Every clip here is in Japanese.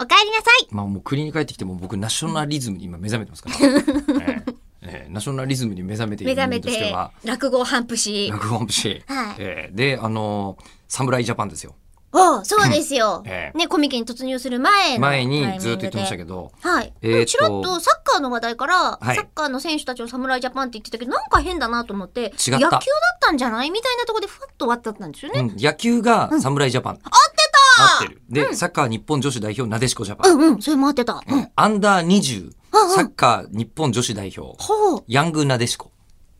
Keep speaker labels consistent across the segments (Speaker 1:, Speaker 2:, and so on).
Speaker 1: お帰りなさい
Speaker 2: まあもう国に帰ってきても僕ナショナリズムに今目覚めてますから、ええええナショナリズムに目覚めてい
Speaker 1: 目
Speaker 2: る人
Speaker 1: 覚
Speaker 2: 間
Speaker 1: め
Speaker 2: として
Speaker 1: て
Speaker 2: は
Speaker 1: 落語半節
Speaker 2: 落語節、
Speaker 1: はい
Speaker 2: ええであの侍ジャパンですよ
Speaker 1: おうそうですよ、
Speaker 2: ええ
Speaker 1: ねコミケに突入する前の
Speaker 2: 前
Speaker 1: タイミン
Speaker 2: に
Speaker 1: グ
Speaker 2: ずっと言ってました
Speaker 1: ど
Speaker 2: けど
Speaker 1: はい、
Speaker 2: えー
Speaker 1: でも
Speaker 2: と
Speaker 1: ちらっとサッカーの話題から、
Speaker 2: はい
Speaker 1: サッカーの選手たちを侍ジャパンって言ってたけどなんか変だなと思って
Speaker 2: 違った
Speaker 1: 野球だったんじゃないみたいなところでふわっと終わっちゃったんですよね、
Speaker 2: うん、野球が侍ジャパン、合って
Speaker 1: た
Speaker 2: 合ってるで、サッカー日本女子代表なでしこジャパ
Speaker 1: う
Speaker 2: ン、
Speaker 1: んうんそれも合ってた、うん、
Speaker 2: アンダー20
Speaker 1: うんうん
Speaker 2: サッカー日本女子代表
Speaker 1: ほ
Speaker 2: ヤングなでしこ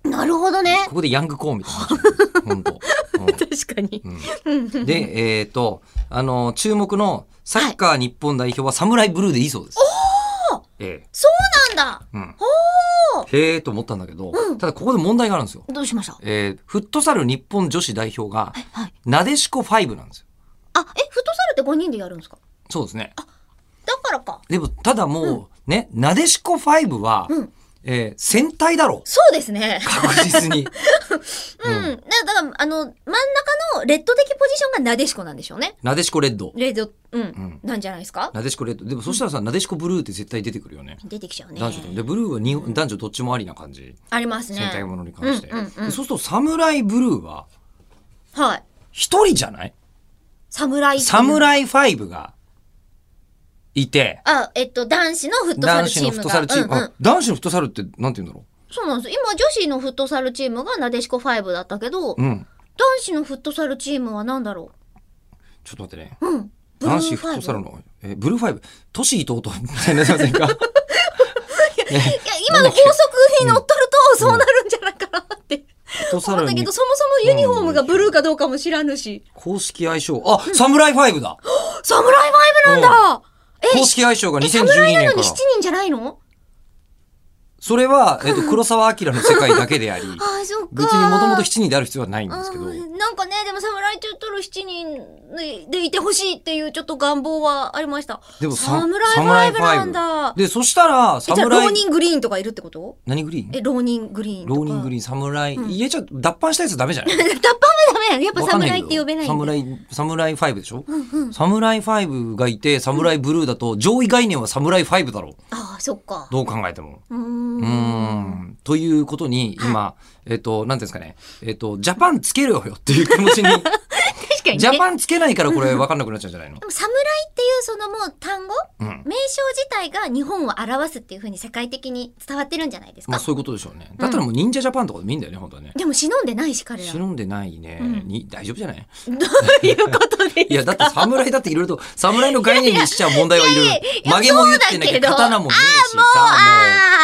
Speaker 1: うなるほどね
Speaker 2: ここでヤングコーンみたいな話に なる本当、
Speaker 1: 確かに、
Speaker 2: うんでえっ、とあの注目のサッカー日本代表は侍ブルーでいいそうです、ええ
Speaker 1: そうなんだ
Speaker 2: うん、へえと思ったんだけど、ただここで問題があるんですよ、
Speaker 1: どうしました
Speaker 2: えーフットサル日本女子代表が
Speaker 1: はい
Speaker 2: なでしこ5なんですよ
Speaker 1: あえフットサルって5人でやるんですか
Speaker 2: そうですね
Speaker 1: だからか
Speaker 2: でもただもう、ねなでしこ5は、
Speaker 1: うん
Speaker 2: えー戦隊だろ
Speaker 1: そうですね
Speaker 2: 確実に
Speaker 1: うん、だだからあの真ん中のレッド的ポジションがなでしこなんでしょうね
Speaker 2: なでしこレッド
Speaker 1: レッドうん、
Speaker 2: ん
Speaker 1: なんじゃないですか
Speaker 2: なでしこレッドでもそしたらさ、なでしこブルーって絶対出てくるよね
Speaker 1: 出てきちゃうね
Speaker 2: 男女ともでブルーは日本男女どっちもありな感じ
Speaker 1: ありますね
Speaker 2: 戦隊ものに関して、
Speaker 1: うんうんうん
Speaker 2: でそうすると侍ブルーは
Speaker 1: はい
Speaker 2: 一人じゃない
Speaker 1: 侍
Speaker 2: 侍5がいて
Speaker 1: あ、えっと、男子のフットサ
Speaker 2: 男
Speaker 1: ルチ
Speaker 2: 子
Speaker 1: ームが。
Speaker 2: のフットサルチーム、
Speaker 1: うんう
Speaker 2: あ
Speaker 1: ん
Speaker 2: 男子のフットサルってなんて言うんだろ
Speaker 1: そうなんです。今、女子のフットサルチームがなでしこ5だったけど、
Speaker 2: うう
Speaker 1: 男
Speaker 2: ん
Speaker 1: 子のフットサルチームは何だろ
Speaker 2: ちょっと待ってね
Speaker 1: う。うん。ブルー
Speaker 2: 男子フットサルのえーブルーファイブトシ伊藤とみたいになりませ んか
Speaker 1: 5いや、今の法則にのっとると、そうなるんじゃないかなって。
Speaker 2: フットサ
Speaker 1: 思っ
Speaker 2: ル
Speaker 1: たけ
Speaker 2: に
Speaker 1: ど、そもそもユニフォームがブルーかどうかも知らぬし。
Speaker 2: 公式愛称あ侍ファイブだ
Speaker 1: 侍5なんだえ、
Speaker 2: 公式愛称が
Speaker 1: え
Speaker 2: 2012
Speaker 1: 侍な
Speaker 2: 年
Speaker 1: のに
Speaker 2: か
Speaker 1: 7
Speaker 2: ら
Speaker 1: 人じゃないの
Speaker 2: それは、えっと、黒澤明の世界だけであり
Speaker 1: ああ、そっか。
Speaker 2: 別にもともと7人である必要はないん
Speaker 1: あ
Speaker 2: ですけど
Speaker 1: ーなんかね、でも侍中取る7人でいてほしいっていうちょっと願望はありました。
Speaker 2: でもさ
Speaker 1: 侍ファイブなんだ。
Speaker 2: でそしたら
Speaker 1: えじゃあ、浪
Speaker 2: 侍
Speaker 1: 人グリーンとかいるってこと
Speaker 2: 何グリーン
Speaker 1: え、浪人グリーンとか。
Speaker 2: ローニングリ
Speaker 1: ー
Speaker 2: ーン侍、言えちゃう脱藩したやつダメじゃ ない
Speaker 1: ン。タッパーはダメなのやっぱ
Speaker 2: わかんない
Speaker 1: 侍っ
Speaker 2: けど
Speaker 1: て呼べないんだ。
Speaker 2: 侍、侍ファイブでしょ、侍ファイブがいて、侍ブルーだと、上位概念は侍ファイブだろう。
Speaker 1: ああ、そっか。
Speaker 2: どう考えても。
Speaker 1: うーん。
Speaker 2: うーん。ということに、今、えっと、なんていうんですかね。えっと、ジャパンつけろよっていう気 持ちに、
Speaker 1: 確かにね。
Speaker 2: ジャ
Speaker 1: で
Speaker 2: パンつけないからこれ分かんなくなっちゃうんじゃないの
Speaker 1: も侍っていうそのもう単語、
Speaker 2: うん。
Speaker 1: 名称自体が日本を表すっていうふうに世界的に伝わってるんじゃないですか。
Speaker 2: まあそういうことでしょうね。だったらもう忍者ジャパンとかでもいいんだよね、本当はね。
Speaker 1: でも忍んでないし、彼ら。ど
Speaker 2: 忍んでないね。
Speaker 1: うん
Speaker 2: に大丈夫じゃないう
Speaker 1: いうことですか
Speaker 2: いや、だって侍だっていろいろと、侍の概念にしちゃう問題はいろい
Speaker 1: いやいやいや
Speaker 2: いろ。曲げも言ってなき
Speaker 1: そうだけ
Speaker 2: ゃ
Speaker 1: ど
Speaker 2: 刀もねえしさ、もう。
Speaker 1: あ